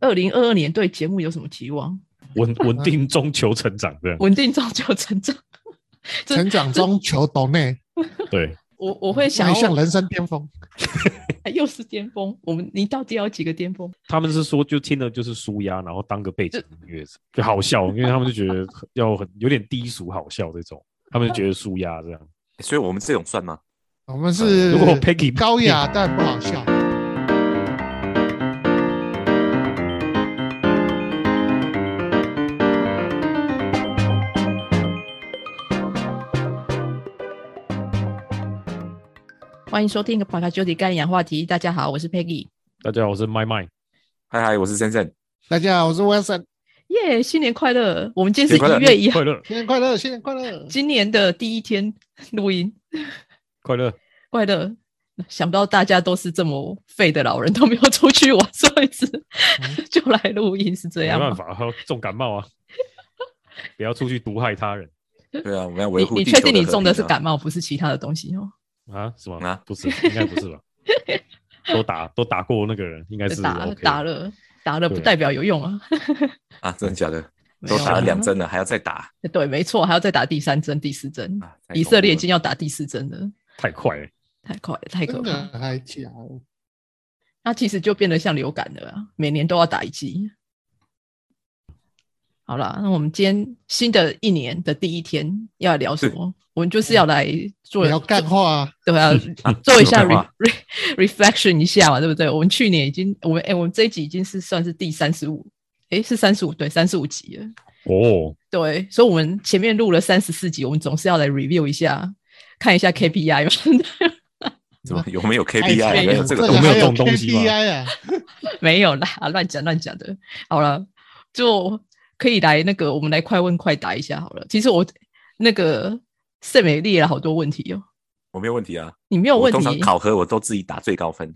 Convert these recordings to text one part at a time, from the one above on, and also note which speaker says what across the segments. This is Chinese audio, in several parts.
Speaker 1: 二零二二年对节目有什么期望？
Speaker 2: 稳稳定中求成长这样。
Speaker 1: 稳定造就成长。 这
Speaker 3: 成长中求抖内，
Speaker 2: 对，
Speaker 1: 我我会想
Speaker 3: 迈向
Speaker 1: 要，哎
Speaker 3: 人生巅峰。
Speaker 1: 又是巅峰。我们你到底要几个巅峰？
Speaker 2: 他们是说就听了就是舒压，然后当个背景音乐就好笑，因为他们就觉得很 要很有点低俗好笑这种，他们就觉得舒压这 样。
Speaker 4: 所以我们这种算吗？
Speaker 3: 我们是
Speaker 2: 如果 Peggy
Speaker 3: 高雅但不好笑。
Speaker 1: 欢迎收听一个跑卡九体干氧话题。大家好，我是 Peggy。
Speaker 2: 大家好，我是 麦麦，
Speaker 4: 嗨嗨，我是森森，
Speaker 3: 大家好，我是 Wilson，
Speaker 1: 耶、新年快乐！我们今天
Speaker 4: 新
Speaker 1: 是
Speaker 4: 年
Speaker 1: 一
Speaker 4: 快乐
Speaker 1: 月一号
Speaker 2: 快，乐
Speaker 3: 新年快乐，新年快乐。
Speaker 1: 今年的第一天录音，
Speaker 2: 快乐，
Speaker 1: 快乐。想不到大家都是这么废的老人，都没有出去玩，所以是
Speaker 4: 嗯
Speaker 1: 就来录音是这
Speaker 2: 没
Speaker 1: 样吗
Speaker 2: 办法，还有重感冒啊，不要出去毒害他人
Speaker 4: 对啊，我们要维
Speaker 1: 你
Speaker 4: 护
Speaker 1: 你
Speaker 4: 地
Speaker 1: 确
Speaker 4: 球和
Speaker 1: 定
Speaker 4: 平啊。
Speaker 1: 你中的是感冒，不是其他的东西哦？
Speaker 2: 啊？是吗？
Speaker 4: 啊
Speaker 2: 不是，应该不 是吧？都打都打过那个人，应该是
Speaker 1: 打
Speaker 2: OK 的
Speaker 1: 打了打了不
Speaker 2: 对
Speaker 1: 代表有用啊，
Speaker 4: 啊？真的假的？
Speaker 1: 没有
Speaker 4: 都
Speaker 1: 啊
Speaker 4: 打了两针了，还要再打
Speaker 1: 对，没错，还要再打第三针、第四针。
Speaker 4: 啊？太恐怖了
Speaker 1: 以色列已经要打第四针了，
Speaker 2: 太快了，
Speaker 1: 太快了，太可
Speaker 3: 真
Speaker 1: 怕
Speaker 3: 的
Speaker 1: 了。
Speaker 3: 还假的？
Speaker 1: 那其实就变得像流感了啊，每年都要打一剂。好啦，那我们今天新的一年的第一天要来聊什么？我们就是要来做
Speaker 3: 聊干话啊，
Speaker 1: 对啊，
Speaker 4: 啊
Speaker 1: 做 一下
Speaker 4: 这个
Speaker 1: re,
Speaker 4: 话
Speaker 1: re, reflection 一下嘛，对不对？我们去年已经，我们哎、我们这一集已经是算是第三十五，哎，是三十五，对，三十五集了。
Speaker 2: 哦，
Speaker 1: 对，所以我们前面录了三十四集，我们总是要来 review 一下，看一
Speaker 4: 嗯
Speaker 1: 下 KPI 嘛。
Speaker 4: 怎么有没有
Speaker 1: 哎
Speaker 4: KPI？没有这个
Speaker 3: 个
Speaker 4: 东西
Speaker 2: 没有
Speaker 3: 还
Speaker 2: 这
Speaker 3: 啊有
Speaker 2: 种东西吗
Speaker 3: KPI 啊？
Speaker 1: 没有啦，啊乱讲乱讲的。好了，就可以来那个，我们来快问快答一下好了。其实我那个盛美列了好多问题哦，
Speaker 4: 我没有问题啊。
Speaker 1: 你没有
Speaker 4: 我
Speaker 1: 问
Speaker 4: 通常
Speaker 1: 题，
Speaker 4: 考核我都自己打最高分，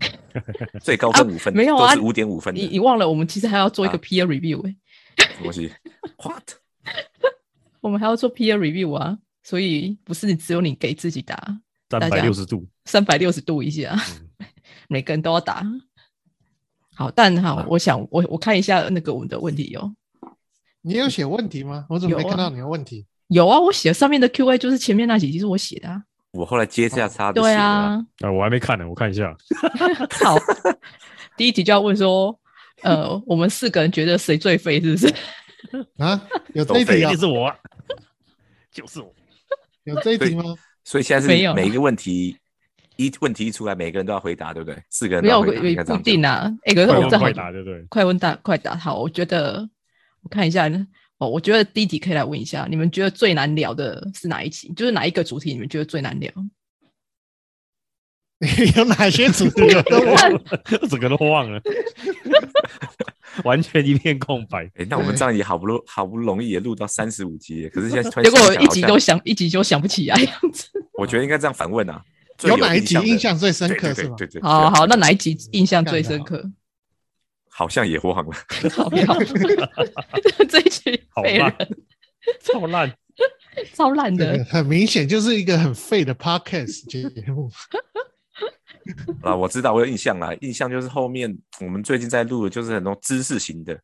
Speaker 4: 最高分五分，
Speaker 1: 没有啊
Speaker 4: 都是五点五分
Speaker 1: 你
Speaker 4: 的。
Speaker 1: 你忘了我们其实还要做一个
Speaker 4: 啊
Speaker 1: peer review 哎、
Speaker 4: 什么东西？What？
Speaker 1: 我们还要做 peer review 啊，所以不是只有你给自己打大
Speaker 2: 三百
Speaker 1: 家
Speaker 2: 六十度，
Speaker 1: 三百六十度一下，
Speaker 4: 嗯
Speaker 1: 每个人都要打。好，但好，
Speaker 4: 啊
Speaker 1: 我想我我看一下那个我们的问题哦。
Speaker 3: 你有写问题吗？我怎么没
Speaker 1: 有啊
Speaker 3: 看到你的问题？
Speaker 1: 有啊，我写上面的 Q&A 就是前面那几集是我写的啊。
Speaker 4: 我后来接下他的
Speaker 1: 对
Speaker 4: 啊写的啊，
Speaker 1: 啊，
Speaker 2: 啊，我还没看呢，我看一下，
Speaker 1: 好，第一题就要问说，呃， 我们四个人觉得谁最废，是不 是？
Speaker 3: 啊，有这一
Speaker 4: 对
Speaker 3: 题啊
Speaker 2: 一定？是我啊， 就是我，
Speaker 3: 有这一题吗？
Speaker 4: 所以现在
Speaker 1: 没有
Speaker 4: 是
Speaker 1: 啦
Speaker 4: 每一个问题一问题一出来，每个人都要回答，对不对？四个人
Speaker 1: 没
Speaker 4: 都要
Speaker 1: 有
Speaker 4: 回答，应该这
Speaker 1: 固
Speaker 4: 样
Speaker 1: 定
Speaker 4: 讲
Speaker 1: 啊。哎、可是
Speaker 2: 快
Speaker 1: 我
Speaker 2: 问
Speaker 1: 正好
Speaker 2: 快答，对不对？
Speaker 1: 快问大快答，好，我觉得我看一下呢。哦，我觉得第一题可以来问一下，你们觉得最难聊的是哪一集？就是哪一个主题你们觉得最难聊？
Speaker 3: 有哪些主题有都忘了？
Speaker 2: 整个都忘了，完全一片空白。
Speaker 4: 哎，那我们这样也好不容好不容易也录到三十五集了，可是现在突
Speaker 1: 结
Speaker 4: 然
Speaker 1: 果我
Speaker 4: 想
Speaker 1: 一
Speaker 4: 想
Speaker 1: 集
Speaker 4: 好
Speaker 1: 都
Speaker 4: 像
Speaker 1: 想一集就想不起来样子。
Speaker 4: 我觉得应该这样反问啊，最
Speaker 3: 有哪一集
Speaker 4: 的
Speaker 3: 印象最深
Speaker 4: 对
Speaker 3: 刻
Speaker 4: 对
Speaker 3: 是
Speaker 4: 对
Speaker 3: 吗？
Speaker 4: 对对，
Speaker 1: 好
Speaker 2: 啊
Speaker 4: 对
Speaker 1: 好，那哪一集印象最深刻？
Speaker 4: 好像也忘了，
Speaker 1: 好不好？ 这一集
Speaker 2: 好
Speaker 1: 废
Speaker 2: 烂
Speaker 1: 人，
Speaker 2: 超烂，
Speaker 1: 超烂
Speaker 3: 这个
Speaker 1: 的。
Speaker 3: 很明显就是一个很废的 podcast 节目。
Speaker 4: 啊，我知道，我有印象啦。印象就是后面我们最近在录的就是很多知识型的，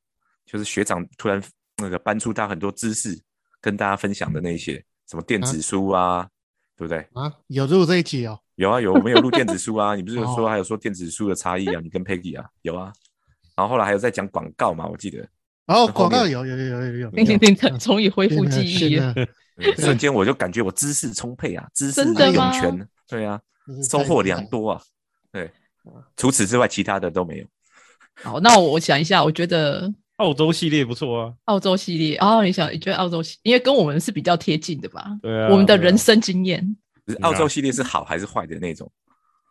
Speaker 4: 就是学长突然那个搬出他很多知识跟大家分享的那一些，什么电子书啊，对不对？
Speaker 3: 啊，有录这一集哦。
Speaker 4: 有啊有，我们有录电子 书啊。你不是有说
Speaker 3: 哦
Speaker 4: 还有说电子书的差异啊？你跟 Peggy 啊有啊。然后后来还有在讲广告嘛，我记得
Speaker 3: 哦，
Speaker 4: 后
Speaker 3: 广告
Speaker 4: 面
Speaker 3: 有有有有有有
Speaker 1: 叮叮
Speaker 3: 有，
Speaker 1: 叮，终于恢复记忆
Speaker 3: 真
Speaker 1: 了。
Speaker 3: 嗯的
Speaker 4: 对 瞬间我就感觉我知识充沛啊，知识
Speaker 1: 真
Speaker 3: 的
Speaker 4: 拥
Speaker 1: 吗
Speaker 4: 全，对啊，
Speaker 3: 真的
Speaker 4: 收获良
Speaker 3: 太
Speaker 4: 多啊。对，除此之外其他的都没有。
Speaker 1: 好，那我想一下，我觉得
Speaker 2: 澳洲系列不错啊，
Speaker 1: 澳洲系列哦，你想，你觉得澳洲系，因为跟我们是比较贴近的吧？
Speaker 2: 对啊，
Speaker 1: 我们的
Speaker 2: 对啊
Speaker 1: 人生经验，
Speaker 4: 可
Speaker 2: 啊
Speaker 4: 是澳洲系列是好还是坏的那种？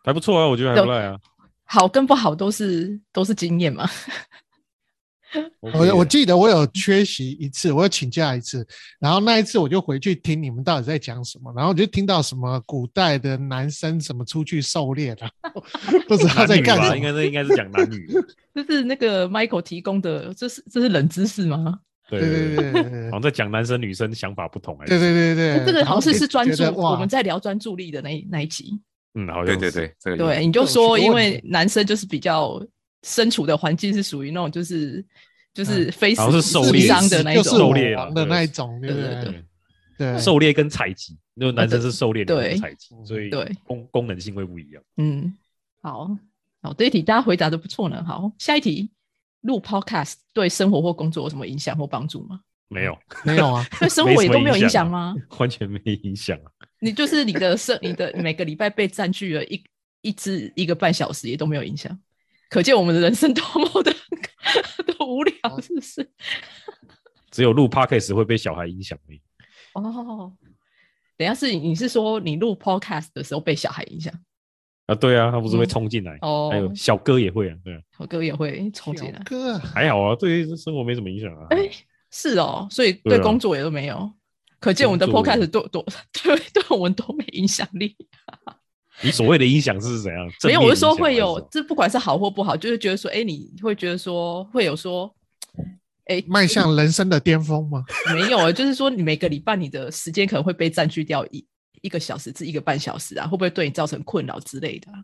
Speaker 2: 还不错啊，我觉得还不赖啊。
Speaker 1: 好跟不好都是都是经验嘛。
Speaker 2: OK
Speaker 3: 我我记得我有缺席一次，我有请假一次，然后那一次我就回去听你们到底在讲什么，然后我就听到什么古代的男生什么出去狩猎，然后 不知道
Speaker 2: 男
Speaker 3: 在
Speaker 2: 女
Speaker 3: 干
Speaker 2: 吧，
Speaker 3: 什
Speaker 2: 应
Speaker 3: 么。
Speaker 2: 该是应该是讲男女，
Speaker 1: 这是那个 Michael 提供的，这是这是冷知识吗？
Speaker 2: 对
Speaker 3: 对
Speaker 2: 对
Speaker 3: 对
Speaker 2: 对，
Speaker 3: 对对对
Speaker 2: 好像在讲男生女生想法不同，还
Speaker 3: 对
Speaker 2: 是
Speaker 3: 对对对，
Speaker 1: 这个好像是是专注
Speaker 3: 然后就觉得，
Speaker 1: 我
Speaker 3: 哇
Speaker 1: 们在聊专注力的那一那一集。
Speaker 2: 嗯，好像
Speaker 4: 对对
Speaker 2: 是，
Speaker 4: 对，这个有
Speaker 1: 对，你就
Speaker 3: 有趣
Speaker 1: 说，
Speaker 3: 的
Speaker 1: 因
Speaker 3: 问
Speaker 1: 为
Speaker 3: 题
Speaker 1: 男生就是比较身处的环境是属于那种就是就是非死
Speaker 2: 好像是狩
Speaker 1: 即
Speaker 2: 猎
Speaker 1: 伤的那一
Speaker 3: 就是
Speaker 2: 狩
Speaker 1: 种，
Speaker 2: 猎
Speaker 3: 我
Speaker 2: 啦
Speaker 3: 王的
Speaker 2: 对
Speaker 3: 那一种，对不
Speaker 1: 对
Speaker 3: 对？
Speaker 2: 对，
Speaker 3: 对，
Speaker 2: 嗯狩猎跟采集，那男生是狩猎，女
Speaker 1: 对
Speaker 2: 生是采集，所以
Speaker 1: 对
Speaker 2: 功功能性会不一样。
Speaker 1: 嗯，好，好，这一题大家回答的不错呢。好，下一题，录 podcast 对生活或工作有什么影响或帮助 吗？
Speaker 2: 没有，
Speaker 3: 没有啊，
Speaker 1: 对生活也都没有影
Speaker 2: 影
Speaker 1: 响
Speaker 2: 响啊
Speaker 1: 吗？
Speaker 2: 完全没影响啊。
Speaker 1: 你就是你的生，你的每个礼拜被占据了一一至一个半小时，也都没有影响。可见我们的人生多么的 多无聊，是不是？
Speaker 2: 只有录 podcast 会被小孩影响而已。
Speaker 1: 哦，等一下是你你是说你录 podcast 的时候被小孩影响？
Speaker 2: 啊，对啊，他不是会
Speaker 1: 嗯
Speaker 2: 冲进来，
Speaker 1: 哦
Speaker 2: 还，有小哥也会啊，对啊，
Speaker 1: 我哥也会 冲进来
Speaker 3: 小。哥啊，
Speaker 2: 还好啊，对生活没什么影响啊。
Speaker 1: 哎是哦，所以对
Speaker 2: 对啊
Speaker 1: 工作也都没有，可见我们的
Speaker 2: 工作
Speaker 1: podcast 多多 对对我们都没影响力。
Speaker 2: 你所谓的影响是怎样？
Speaker 1: 没有，
Speaker 2: 正面
Speaker 1: 我是说
Speaker 2: 影响
Speaker 1: 会
Speaker 2: 还
Speaker 1: 有
Speaker 2: 是什么，
Speaker 1: 这不管是好或不好，就是觉得说，哎，你会觉得说会有说，哎，
Speaker 3: 迈向人生的巅峰吗？
Speaker 1: 没有啊，就是说你每个礼拜你的时间可能会被占据掉一一个小时至一个半小时啊，会不会对你造成困扰之类的啊、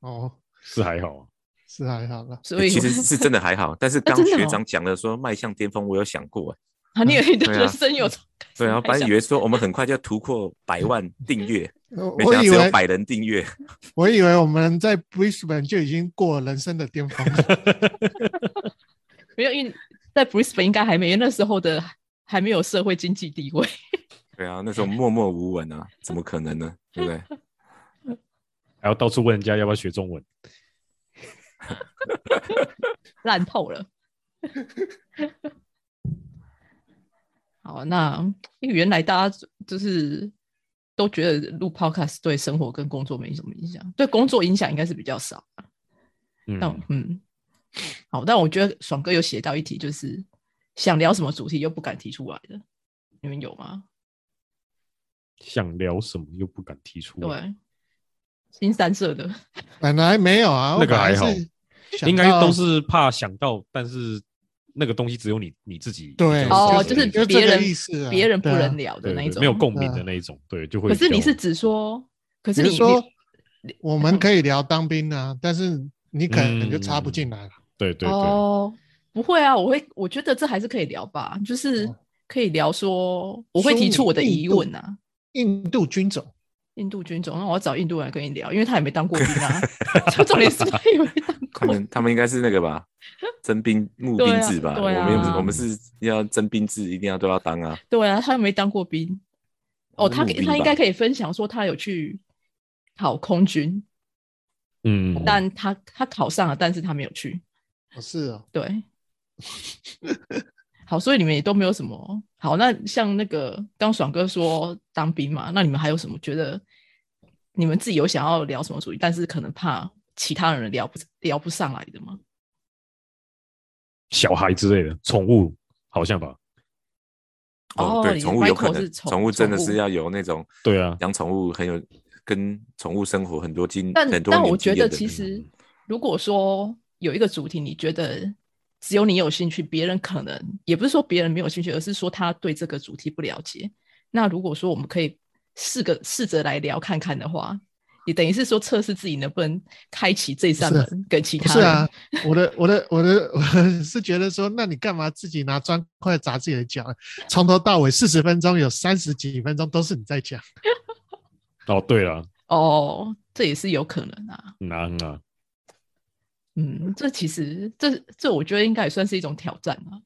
Speaker 3: 哦，
Speaker 2: 是还好啊。
Speaker 3: 是还好了，
Speaker 2: 哎
Speaker 1: 所以
Speaker 4: 其实是真的 还好，但是刚
Speaker 1: 真的哦
Speaker 4: 学长讲的说迈向巅峰，我有想过，哎
Speaker 1: 啊，
Speaker 2: 嗯
Speaker 1: 你以为你的
Speaker 4: 对啊
Speaker 1: 人生有从开始
Speaker 4: 对啊，
Speaker 1: 迈
Speaker 4: 本来
Speaker 1: 向
Speaker 4: 以为说我们很快就要突破百万 订阅，
Speaker 3: 呃
Speaker 4: 没
Speaker 3: 我
Speaker 4: 想到只
Speaker 3: 以
Speaker 4: 有
Speaker 3: 为
Speaker 4: 百人订阅，
Speaker 3: 我以为我们在 Brisbane 就已经过人生的巅峰 了，
Speaker 1: 没有，因为在 Brisbane 应该还没，因为那时候的还没有社会经济地位。
Speaker 4: 对啊，那时候默默无闻啊，怎么可能呢？对不对？
Speaker 2: 还要到处问人家要不要学中文，
Speaker 1: 烂透了。 好，那因为原来大家就是都觉得录 podcast 对生活跟工作没什么影响，对工作影响应该是比较少。
Speaker 2: 嗯，
Speaker 1: 但嗯，好，但我觉得爽哥有写到一题，就是想聊什么主题又不敢提出来的，你们有吗？
Speaker 2: 想聊什么又不敢提出来，
Speaker 1: 对，新三社的，
Speaker 3: 本来没有啊，
Speaker 2: 那个还好
Speaker 3: 我本来是想
Speaker 2: 应该
Speaker 3: 到
Speaker 2: 都是怕想到，但是那个东西只有你你自己
Speaker 3: 对
Speaker 2: 比较
Speaker 1: 哦，
Speaker 2: 熟
Speaker 1: 就
Speaker 2: 悉
Speaker 1: 是
Speaker 3: 就这个
Speaker 1: 别人
Speaker 3: 意思啊
Speaker 1: 别人不
Speaker 3: 对啊
Speaker 1: 能聊的
Speaker 2: 对
Speaker 1: 那
Speaker 2: 对
Speaker 1: 一种，
Speaker 2: 没有共
Speaker 3: 嗯
Speaker 2: 鸣的那一种，对，就会
Speaker 1: 可
Speaker 2: 比较。
Speaker 1: 是你是指说，可是
Speaker 3: 比
Speaker 1: 你
Speaker 3: 如说
Speaker 1: 你
Speaker 3: 我们可以聊当兵啊，但是你可能就插不进来了。
Speaker 2: 对对对，
Speaker 1: 哦，不会啊，我会，我觉得这还是可以聊吧，就是
Speaker 3: 哦
Speaker 1: 可以聊说，我会提出我的疑问啊。
Speaker 3: 印度军种，
Speaker 1: 印度军种，那我要找印度人来跟你聊，因为他也没当过兵啊。就重点是他也没
Speaker 4: 他
Speaker 1: 当过，
Speaker 4: 们他们应该是那 个吧，征兵募
Speaker 1: 对
Speaker 4: 兵
Speaker 1: 啊
Speaker 4: 制吧？
Speaker 1: 对
Speaker 4: 我们又不是
Speaker 1: 啊
Speaker 4: 我们是要征兵制，一定要都要当啊。
Speaker 1: 对啊，他又没当过兵。哦，他
Speaker 4: 募兵
Speaker 1: 他应该
Speaker 4: 吧
Speaker 1: 可以分享说他有去考空军，
Speaker 2: 嗯，
Speaker 1: 但他他考上了，但是他没有去。
Speaker 3: 哦是 哦，
Speaker 1: 对，好，所以你们也都没有什么好。那像那个刚爽哥说当兵嘛，那你们还有什么觉得你们自己有想要聊什么主题，但是可能怕其他人聊不聊不上来的吗？
Speaker 2: 小孩之类的宠物好像吧？
Speaker 1: 哦
Speaker 4: 对，
Speaker 1: 你
Speaker 4: 宠物有
Speaker 1: Michael
Speaker 4: 可
Speaker 1: 是
Speaker 4: 能，
Speaker 1: 宠
Speaker 4: 宠物真的
Speaker 1: 宠物
Speaker 4: 是要有那种
Speaker 2: 对啊，
Speaker 4: 养宠物很有跟宠物生活很多经
Speaker 1: 但
Speaker 4: 很多
Speaker 1: 但
Speaker 4: 年
Speaker 1: 我
Speaker 4: 经
Speaker 1: 觉得
Speaker 4: 验的
Speaker 1: 其
Speaker 4: 人啊嗯
Speaker 1: 实如果说有一个主题，你觉得只有你有兴趣，别人可能也不是说别人没有兴趣，而是说他对这个主题不了解。那如果说我们可以试个试着来聊看看的话，也等于是说测试自己能不能开启这扇
Speaker 3: 不是
Speaker 1: 门给其
Speaker 3: 不
Speaker 1: 他
Speaker 3: 是
Speaker 1: 人。
Speaker 3: 啊，我的我的我的我的是觉得说，那你干嘛自己拿砖块砸自己的脚？啊从头到尾四十分钟，有三十几分钟都是你在讲。
Speaker 2: 哦对了，
Speaker 1: 哦，这也是有可能啊。
Speaker 2: 嗯啊嗯啊，
Speaker 1: 嗯，这其实这这我觉得应该也算是一种挑战啊。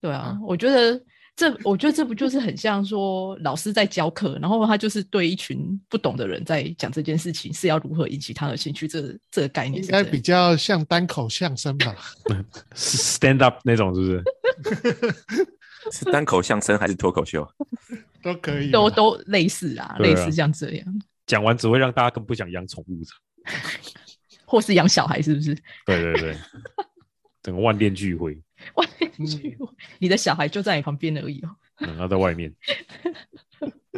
Speaker 1: 对啊，我觉得这我觉得这不就是很像说老师在教课，然后他就是对一群不懂的人在讲这件事情是要如何引起他的兴趣，这这个概念
Speaker 3: 应
Speaker 1: 是
Speaker 3: 该
Speaker 1: 这
Speaker 3: 比
Speaker 1: 样
Speaker 3: 较像单口相声吧？
Speaker 2: 是 stand up 那种是不是？
Speaker 4: 是单口相声还是脱口秀？
Speaker 3: 都可以啊，
Speaker 1: 都都类似啊，
Speaker 2: 对
Speaker 1: 类
Speaker 2: 啊
Speaker 1: 似像这样，
Speaker 2: 讲完只会让大家更不想养宠物。
Speaker 1: 或是养小孩是不 是？
Speaker 2: 对对 对，整个万念俱灰，
Speaker 1: 外面去，你的小孩就在你旁边而已哦。
Speaker 2: 然后在外面。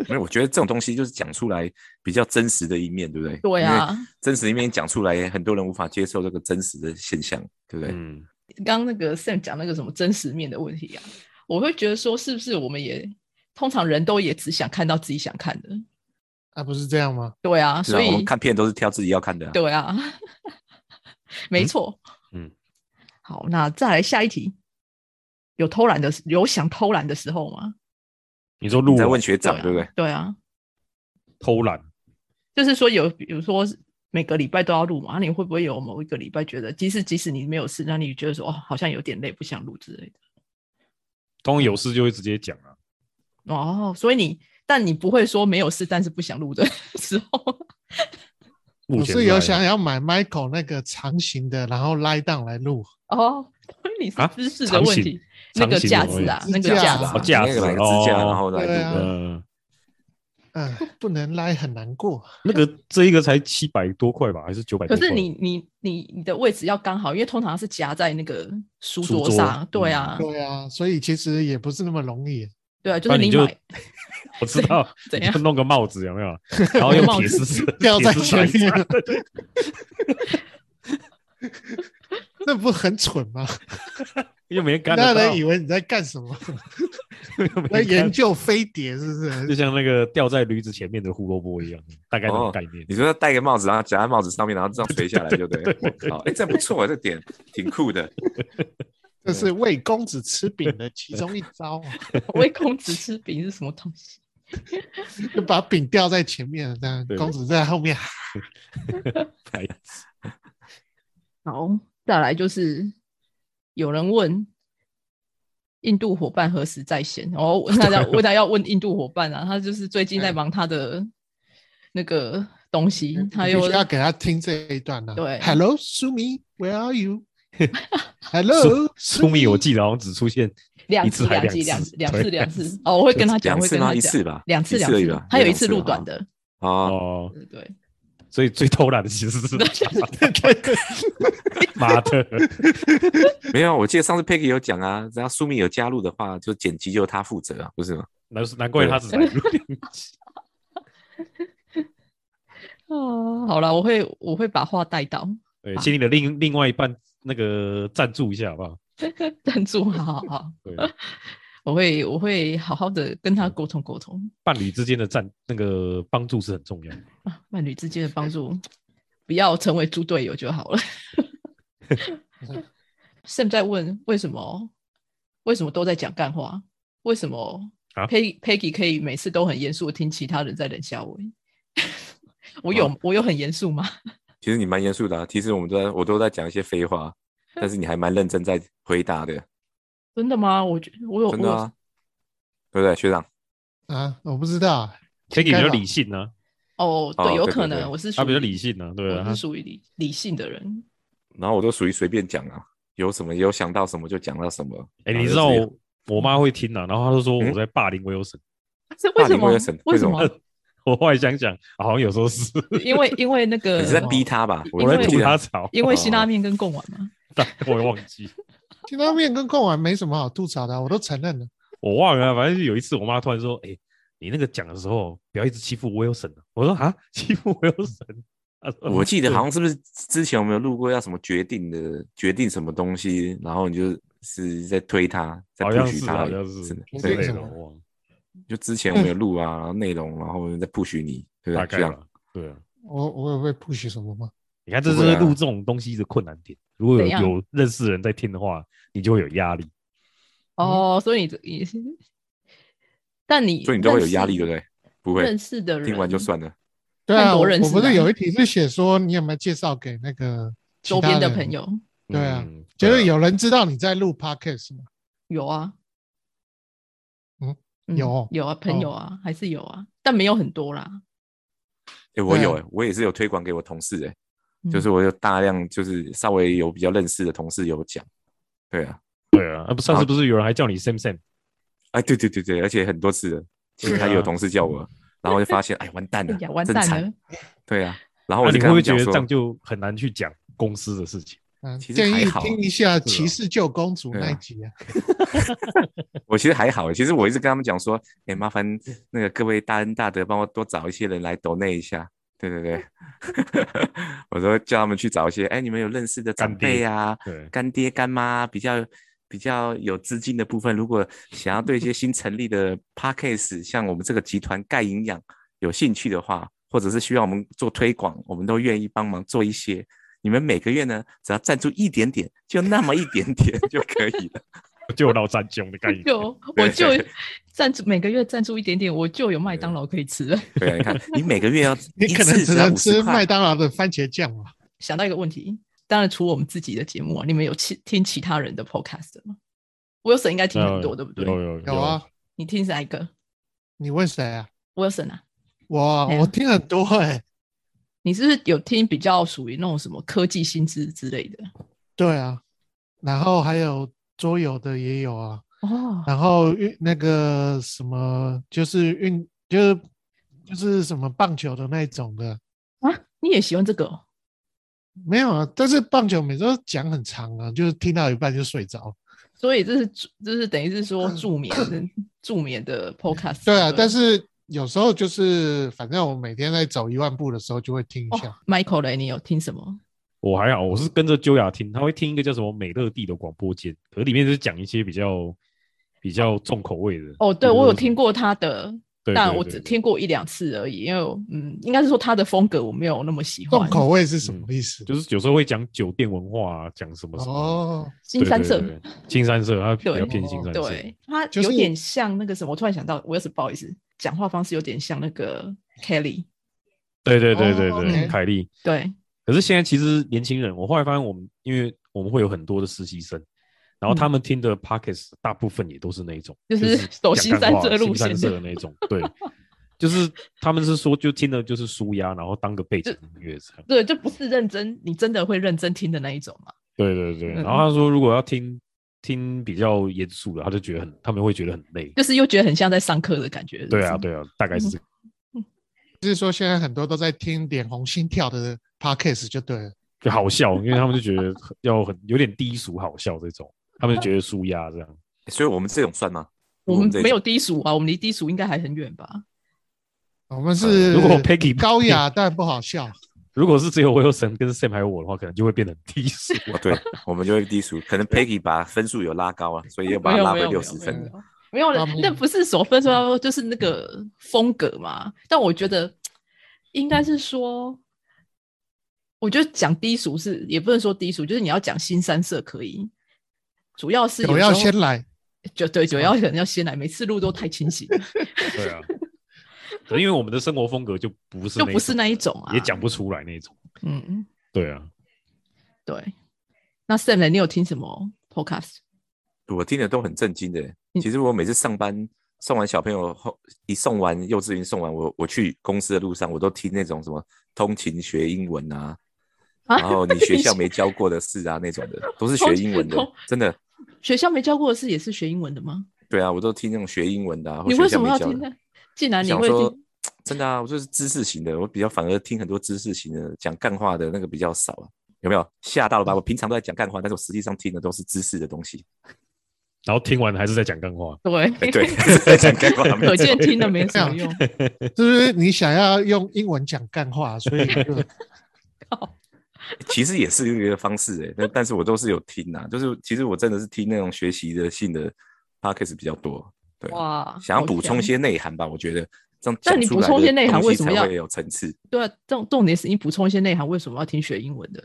Speaker 4: 没有，我觉得这种东西就是讲出来比较真实的一面，对不对？
Speaker 1: 对
Speaker 4: 因为
Speaker 1: 啊，
Speaker 4: 真实一面讲出来，很多人无法接受这个真实的现象，对不对？
Speaker 2: 嗯，
Speaker 1: 刚刚那个 Sam 讲那个什么真实面的问题啊，我会觉得说是不是我们也通常人都也只想看到自己想看的，
Speaker 3: 啊，不是这样吗？
Speaker 1: 对啊，
Speaker 4: 是啊
Speaker 1: 所
Speaker 4: 我们
Speaker 1: 以啊
Speaker 4: 看片都是挑自己要看的 啊、
Speaker 1: 对啊，没错，
Speaker 2: 嗯，
Speaker 1: 好，那再来下一题，有偷懒的时，有想偷懒的时候吗？
Speaker 2: 你说录
Speaker 4: 你在
Speaker 2: 完
Speaker 4: 问学长
Speaker 1: 啊
Speaker 4: 对不对？
Speaker 1: 对啊，
Speaker 2: 偷懒，
Speaker 1: 就是说有，比如说每个礼拜都要录嘛，那你会不会有某一个礼拜觉得，即使即使你没有事，那你觉得说哦，好像有点累，不想录之类的？
Speaker 2: 通常有事就会直接讲啊。
Speaker 1: 哦，所以你，但你不会说没有事，但是不想录的 时候，
Speaker 2: 目
Speaker 3: 我
Speaker 2: 前
Speaker 3: 是
Speaker 2: 来
Speaker 3: 有
Speaker 2: 啊
Speaker 3: 想要买 Michael 那个长型的，然后拉档来录。
Speaker 1: 哦，所以你是
Speaker 2: 啊
Speaker 1: 姿势的
Speaker 2: 长
Speaker 1: 问
Speaker 2: 形
Speaker 1: 题，那个
Speaker 2: 长形
Speaker 1: 架
Speaker 2: 的
Speaker 1: 子
Speaker 2: 问
Speaker 1: 啊，
Speaker 3: 题
Speaker 1: 那个
Speaker 3: 架
Speaker 1: 架
Speaker 3: 子
Speaker 1: 子
Speaker 4: 哦
Speaker 3: 啊
Speaker 1: 啊，
Speaker 2: 架
Speaker 4: 那
Speaker 2: 子
Speaker 4: 个买个支架，
Speaker 2: 哦
Speaker 4: 然后来
Speaker 3: 对
Speaker 4: 录
Speaker 3: 啊
Speaker 4: 的。
Speaker 2: 呃，
Speaker 3: 嗯，不能拉很难过。
Speaker 2: 那个这一个才七百多块吧，还是九百？
Speaker 1: 可是你你你你的位置要刚好，因为通常是夹在那个书
Speaker 2: 书
Speaker 1: 桌
Speaker 2: 桌
Speaker 1: 上，对
Speaker 2: 嗯
Speaker 1: 啊，
Speaker 3: 对啊，所以其实也不是那么容易。
Speaker 1: 对啊，就
Speaker 2: 那
Speaker 1: 是
Speaker 2: 你
Speaker 1: 你
Speaker 2: 就
Speaker 1: 买
Speaker 2: 我知道，
Speaker 1: 怎
Speaker 2: 你就
Speaker 1: 样
Speaker 2: 弄个帽子有没有？然后用铁丝丝
Speaker 3: 掉在前面
Speaker 2: 铁丝缠
Speaker 3: 那不很蠢吗？
Speaker 2: 又没人干得
Speaker 3: 那
Speaker 2: 到
Speaker 3: 人以，为你在干什么？
Speaker 2: 又没
Speaker 3: 在
Speaker 2: 人干
Speaker 3: 研究飞碟是不？
Speaker 2: 就是像那个掉在驴子前面的胡萝卜一样，大概那种概念。
Speaker 4: 你说要戴个帽子，然后夹在帽子上面，然后这样垂下来，就对了。我靠，哎，这不错，这点挺酷 的。
Speaker 3: 这是为公子吃饼的其中一招 啊，
Speaker 1: 为公子吃饼是什么东西？
Speaker 3: 就把饼吊在前面，这样
Speaker 2: 对
Speaker 3: 公子在后面。
Speaker 2: 白痴
Speaker 1: 好，再来就是有人问印度伙伴何时在线，哦，问他要问他要问印度伙伴啊，他就是最近在
Speaker 3: 哎
Speaker 1: 忙他的那个东西，他
Speaker 3: 嗯你
Speaker 1: 又
Speaker 3: 必须要给他听这一段呢。
Speaker 1: 对
Speaker 3: ，Hello Sumi，Where are you？Hello，
Speaker 2: 聪明，我记得好像只出现
Speaker 1: 两
Speaker 2: 一
Speaker 1: 次
Speaker 2: 次还
Speaker 1: 两集两
Speaker 2: 两
Speaker 1: 次
Speaker 2: 次
Speaker 1: 两
Speaker 2: 对
Speaker 1: 次两次，哦，我会跟他讲，
Speaker 4: 两
Speaker 1: 我会
Speaker 4: 次
Speaker 1: 跟
Speaker 4: 吗？
Speaker 1: 他
Speaker 4: 一
Speaker 1: 讲
Speaker 4: 次。吧，
Speaker 1: 两次
Speaker 4: 次
Speaker 1: 两
Speaker 4: 而已
Speaker 1: 次
Speaker 4: 吧，，
Speaker 1: 他有一
Speaker 4: 两
Speaker 1: 次
Speaker 4: 吧
Speaker 1: 录短。的，
Speaker 4: 哦，
Speaker 2: 哦，
Speaker 1: 对对，
Speaker 2: 所以最偷懒的其实是 妈的，
Speaker 4: 没有，我记得上次 Peggy 有讲啊，只要苏米有加入的话，就剪辑由他负责啊，不是吗？
Speaker 2: 难难怪他只来录两集。
Speaker 1: 哦，好了，我会我会把话带到，
Speaker 2: 对，请你的另另外一半那个赞助一下好不好？
Speaker 1: 赞助，好好好，
Speaker 2: 对，
Speaker 1: 我会我会好好的跟他沟通沟通
Speaker 2: 伴侣之间的赞那个帮助是很重要的。
Speaker 1: 啊，伴侣之间的帮助，不要成为猪队友就好了。Sam 在问为什么为什么都在讲干话，为什么
Speaker 2: 啊
Speaker 1: Peggy、Peggy 可以每次都很严肃地听其他人在冷笑我？ 我有、我有很严肃吗？
Speaker 4: 其实你蛮严肃的、啊，其实我们都在我都在讲一些废话，但是你还蛮认真在回答的，
Speaker 1: 真的吗？我觉我有
Speaker 4: 真的
Speaker 1: 我有
Speaker 4: 啊，对不对，学长？
Speaker 3: 啊，我不知道，
Speaker 1: 啊
Speaker 2: Peggy 比
Speaker 3: 该
Speaker 2: 较
Speaker 3: 吧
Speaker 2: 理性呢，
Speaker 1: 哦，对，
Speaker 4: 哦
Speaker 1: 有
Speaker 4: 对
Speaker 1: 可
Speaker 4: 对对
Speaker 1: 能我是
Speaker 2: 他
Speaker 1: 属
Speaker 2: 比较
Speaker 1: 于
Speaker 2: 理性呢，对
Speaker 1: 我
Speaker 2: 啊
Speaker 1: 是，属于理理性的人。
Speaker 4: 然后我都属于随便讲啊，有什么有想到什么就讲到什么。
Speaker 2: 哎，
Speaker 4: 然
Speaker 2: 你
Speaker 4: 后就
Speaker 2: 知道
Speaker 4: 直接
Speaker 2: 我我妈会听啊，然后她就说我
Speaker 4: 嗯
Speaker 2: 在霸凌威尔森，
Speaker 1: 这为
Speaker 4: 霸
Speaker 1: 什
Speaker 4: 凌
Speaker 1: 么
Speaker 4: 威尔森？
Speaker 1: 为
Speaker 4: 为
Speaker 1: 什
Speaker 4: 什
Speaker 1: 么
Speaker 4: 么？
Speaker 2: 我后来想想，好像有时候是
Speaker 1: 因为因为那个
Speaker 4: 你是在逼哦嗯他吧？
Speaker 1: 哦因
Speaker 2: 我
Speaker 1: 为
Speaker 2: 在
Speaker 4: 我
Speaker 2: 吐
Speaker 4: 记得
Speaker 2: 她槽，
Speaker 1: 因为辛拉面跟贡丸嘛。
Speaker 2: 但我也忘记，
Speaker 3: 辛拉面跟贡丸没什么好吐槽的啊，我都承认了。
Speaker 2: 我忘了，反正有一次我妈突然说：“哎、你那个讲的时候不要一直欺负 Wilson 啊。”我说：“啊，欺负 Wilson？” 她说
Speaker 4: 我记得
Speaker 2: 对
Speaker 4: 好像是不是之前我们有录过要什么决定的决定什么东西，然后你就是在推他，在
Speaker 2: 好
Speaker 4: 不
Speaker 2: 像
Speaker 4: 许
Speaker 2: 是
Speaker 4: 他而
Speaker 2: 好
Speaker 4: 已，
Speaker 2: 像是
Speaker 4: 是的
Speaker 3: 决
Speaker 2: 之
Speaker 3: 定
Speaker 4: 对
Speaker 2: 类
Speaker 3: 什
Speaker 2: 的，
Speaker 3: 么
Speaker 2: 我忘了
Speaker 4: 就之前我
Speaker 1: 嗯
Speaker 4: 们有录啊，然后内容，然后在不许你，对
Speaker 2: 大
Speaker 4: 吧？
Speaker 2: 概
Speaker 4: 这样
Speaker 2: 吧。对啊，
Speaker 3: 我我有被 push 什么吗？
Speaker 2: 你看这
Speaker 4: 不会
Speaker 2: 是
Speaker 4: 啊
Speaker 2: 录这种东西的困难点。如果有
Speaker 1: 怎样
Speaker 2: 有认识人在听的话，你就会有压力。
Speaker 1: 哦，所以你你是，但你
Speaker 4: 所以你都会有
Speaker 1: 认识
Speaker 4: 压力，对不对？不会
Speaker 1: 认，识的人
Speaker 4: 听完就算了。
Speaker 3: 对啊，
Speaker 1: 多
Speaker 3: 我
Speaker 1: 认
Speaker 3: 我
Speaker 1: 识
Speaker 3: 不
Speaker 1: 的
Speaker 3: 是
Speaker 1: 啊
Speaker 3: 有一题是写说你有没有介绍给那个其
Speaker 1: 周
Speaker 3: 他
Speaker 1: 边的
Speaker 3: 人
Speaker 1: 朋？友
Speaker 3: 对啊
Speaker 2: 嗯
Speaker 3: 就
Speaker 2: 对
Speaker 3: 是
Speaker 2: 啊
Speaker 3: 有人知道你在录 podcast 吗？
Speaker 1: 有啊，
Speaker 3: 嗯有
Speaker 1: 有啊，朋友啊，还是有啊，但没有很多啦。
Speaker 4: 哎，我
Speaker 3: 对啊
Speaker 4: 有哎，我也是有推广给我同事哎，
Speaker 1: 嗯
Speaker 4: 就是我有大量就是稍微有比较认识的同事有讲，对啊，
Speaker 2: 对啊，啊不上次不是有人还叫你 Sam Sam？
Speaker 4: 哎，对对对对，而且很多次了，其实他也有
Speaker 2: 对啊
Speaker 4: 同事叫我，然后就发现哎完蛋
Speaker 1: 哎
Speaker 4: 了
Speaker 1: 呀，，完
Speaker 4: 真
Speaker 1: 蛋
Speaker 4: 惨
Speaker 1: 了，
Speaker 4: 对啊，然后
Speaker 2: 那
Speaker 4: 我
Speaker 2: 你
Speaker 4: 就
Speaker 2: 会不
Speaker 4: 跟他
Speaker 2: 会觉
Speaker 4: 们讲
Speaker 2: 得这
Speaker 4: 说，
Speaker 2: 样就很难去讲公司的事情？
Speaker 3: 嗯，
Speaker 4: 其实
Speaker 3: 建
Speaker 4: 还
Speaker 3: 议
Speaker 4: 好啊
Speaker 3: 听一下《
Speaker 2: 是
Speaker 3: 骑
Speaker 2: 啊
Speaker 3: 士救公主》
Speaker 4: 对
Speaker 3: 那一
Speaker 4: 啊
Speaker 3: 集啊。
Speaker 4: 我其实还好，其实我一直跟他们讲说，
Speaker 2: 嗯
Speaker 4: 哎，麻烦那个各位大恩大德帮我多找一些人来抖内一下。对对对， 我说叫他们去找一些，哎，你们有认识的长
Speaker 2: 干爹
Speaker 4: 辈啊，
Speaker 2: 对，
Speaker 4: 干爹干妈比较比较有资金的部分，如果想要对一些新成立的 p a c k a s e 像我们这个集团钙营养有兴趣的话，或者是需要我们做推广，我们都愿意帮忙做一些。你们每个月呢，只要赞助一点点，就那么一点点就可以了。
Speaker 2: 就老战穷的概念。
Speaker 1: 就我
Speaker 4: 对
Speaker 1: 就 赞助每个月赞助一点点，我就有麦当劳可以吃了。
Speaker 4: 对啊，你看，你每个月 要
Speaker 3: 你
Speaker 4: 一
Speaker 3: 可能
Speaker 4: 次
Speaker 3: 只
Speaker 4: 要
Speaker 3: 能
Speaker 4: 五十
Speaker 3: 吃
Speaker 4: 块
Speaker 3: 麦当劳的番茄酱嘛。
Speaker 1: 想到一个问题，当然除我们自己的节目啊，你们有其听其他人的 podcast 吗？Wilson 应该听很多，对不对？
Speaker 2: 有有
Speaker 3: 有啊，，
Speaker 1: 你听哪一个
Speaker 3: 你问谁啊？
Speaker 1: ？Wilson 啊，
Speaker 3: 我
Speaker 1: 没有
Speaker 3: 我听很多哎、
Speaker 1: 你是不是有听比较属于那种什么科技新知之类的？
Speaker 3: 对啊，然后还有桌游的也有啊，
Speaker 1: 哦，
Speaker 3: 然后运那个什么就是运就是就是什么棒球的那一种的
Speaker 1: 啊你也喜欢这个、哦？
Speaker 3: 没有啊，但是棒球每次都讲很长啊，就是听到一半就睡着。
Speaker 1: 所以这是助这是等于是说助眠 的助眠的 podcast。
Speaker 3: 对啊，但是有时候就是反正我每天在走一万步的时候就会听一下。
Speaker 1: 哦，Michael 嘞，你有听什么？
Speaker 2: 我还好，我是跟着啾雅听，他会听一个叫什么美乐蒂的广播间，可里面就是讲一些比较比较重口味的。
Speaker 1: 哦，对我有听，过他的，
Speaker 2: 对
Speaker 1: 但
Speaker 2: 对
Speaker 1: 我
Speaker 2: 对
Speaker 1: 只
Speaker 2: 对
Speaker 1: 听过一两次而已，因为我嗯，应该是说他的风格我没有那么喜
Speaker 3: 重
Speaker 1: 欢。
Speaker 3: 口味是什么意思？
Speaker 2: 就是有时候会讲酒店文化啊，讲什么什么。
Speaker 3: 哦，
Speaker 1: 新三色，
Speaker 2: 对，对对青山社，它比
Speaker 1: 对
Speaker 2: 较偏青山社。
Speaker 1: 对，他
Speaker 3: 就是
Speaker 1: 有点像那个什么，我突然想到，我也是不好意思，讲话方式有点像那个 Kelly。
Speaker 2: 对对对对
Speaker 3: 哦
Speaker 2: 对，
Speaker 3: ，OK
Speaker 2: 凯莉。
Speaker 1: 对，
Speaker 2: 可是现在其实年轻人，我后来发现我们，因为我们会有很多的实习生，然后他们听的 pockets 大部分也都是那一种，
Speaker 1: 嗯就是走新三色路线
Speaker 2: 新三色的那一种，对，就是他们是说就听的就是舒压，然后当个背景音乐这样，
Speaker 1: 对，就不是认真，你真的会认真听的那一种嘛？
Speaker 2: 对对对。
Speaker 1: 嗯
Speaker 2: 然后他说如果要听听比较严肃的，他就觉得很，他们会觉得很累。
Speaker 1: 就是又觉得很像在上课的感觉。是不
Speaker 2: 对
Speaker 1: 是
Speaker 2: 啊，，对啊，大概
Speaker 1: 嗯
Speaker 2: 是这个。
Speaker 3: 就是说现在很多都在听脸红心跳的 podcast 就对了。
Speaker 2: 就好笑，因为他们就觉得很要很有点低俗好笑这种，他们就觉得舒压这样。
Speaker 4: 所以我们这种算吗？
Speaker 1: 我
Speaker 3: 嗯
Speaker 1: 们
Speaker 4: 这
Speaker 1: 没有
Speaker 4: 种
Speaker 1: 低俗啊，我们离低俗应该还很远吧？
Speaker 3: 我们是
Speaker 2: 如果 Peggy
Speaker 3: 高雅但不好笑，
Speaker 2: 如果是只有 Wilson 跟 Sam 还有我的话，可能就会变得很低俗。啊
Speaker 4: 哦，对，我们就会低俗。可能 Peggy 把分数有拉高啊，所以又把
Speaker 1: 啊没
Speaker 4: 它
Speaker 1: 有
Speaker 4: 拉
Speaker 1: 没
Speaker 4: 回
Speaker 1: 有没有
Speaker 4: 六十
Speaker 1: 没
Speaker 4: 分。
Speaker 1: 有没有
Speaker 3: 啊
Speaker 1: 了
Speaker 3: 没有，
Speaker 1: 那不是所分说要就是那个风格嘛。但我觉得应该是说，我觉得讲低俗是也不能说低俗，就是你要讲新三色可以，主要是
Speaker 3: 有
Speaker 1: 时候
Speaker 3: 要先来。
Speaker 1: 就对九要可能要先来，每次路都太清醒了，
Speaker 2: 对啊，可能因为我们的生活风格就不是
Speaker 1: 就
Speaker 2: 一
Speaker 1: 不是那一种啊。
Speaker 2: 也讲不出来那种。
Speaker 1: 嗯，
Speaker 2: 对啊，
Speaker 1: 对。那 Sam 呢？你有听什么 podcast？
Speaker 4: 我听的都很震惊的。
Speaker 1: 嗯
Speaker 4: 其实我每次上班送完小朋友后，一送完幼稚园送完，我我去公司的路上，我都听那种什么通勤学英文啊，
Speaker 1: 啊
Speaker 4: 然 后你学校没教过的事啊那种的，都是学英文的
Speaker 1: 通通，
Speaker 4: 真的。
Speaker 1: 学校没教过的事也是学英文的吗？
Speaker 4: 对啊，我都听那种学英文的、啊，或
Speaker 1: 你
Speaker 4: 学
Speaker 1: 为
Speaker 4: 校
Speaker 1: 什么
Speaker 4: 没
Speaker 1: 要
Speaker 4: 教
Speaker 1: 听
Speaker 4: 的
Speaker 1: 呢。？既然啊你
Speaker 4: 想
Speaker 1: 会
Speaker 4: 说
Speaker 1: 听，
Speaker 4: 真的啊，我就是知识型的，我比较反而听很多知识型的，讲干话的那个比较少啊。有没有吓到了
Speaker 1: 嗯
Speaker 4: 吧？我平常都在讲干话，但是我实际上听的都是知识的东西。
Speaker 2: 然后听完还是在讲干 话。
Speaker 1: 对
Speaker 4: 哎，对， 在讲干话，没
Speaker 1: 可
Speaker 4: 错
Speaker 1: 见听了没什么 用。
Speaker 3: 是不是你想要用英文讲干话，所以就
Speaker 4: 其实也是一个方式哎、但但是我都是有听啊，就是其实我真的是听那种学习的性的 podcast 比较多，
Speaker 1: 哦
Speaker 4: 对啊，
Speaker 1: 哇，
Speaker 4: 想要
Speaker 1: 好
Speaker 4: 补充
Speaker 1: 强
Speaker 4: 一些内涵吧，我觉得这样
Speaker 1: 但
Speaker 4: 讲
Speaker 1: 你
Speaker 4: 出
Speaker 1: 补
Speaker 4: 来
Speaker 1: 充一
Speaker 4: 的
Speaker 1: 些内涵
Speaker 4: 东
Speaker 1: 为
Speaker 4: 西
Speaker 1: 什么
Speaker 4: 才
Speaker 1: 要
Speaker 4: 会有层次？
Speaker 1: 对啊，重重点是你补充一些内涵，为什么要听学英文的？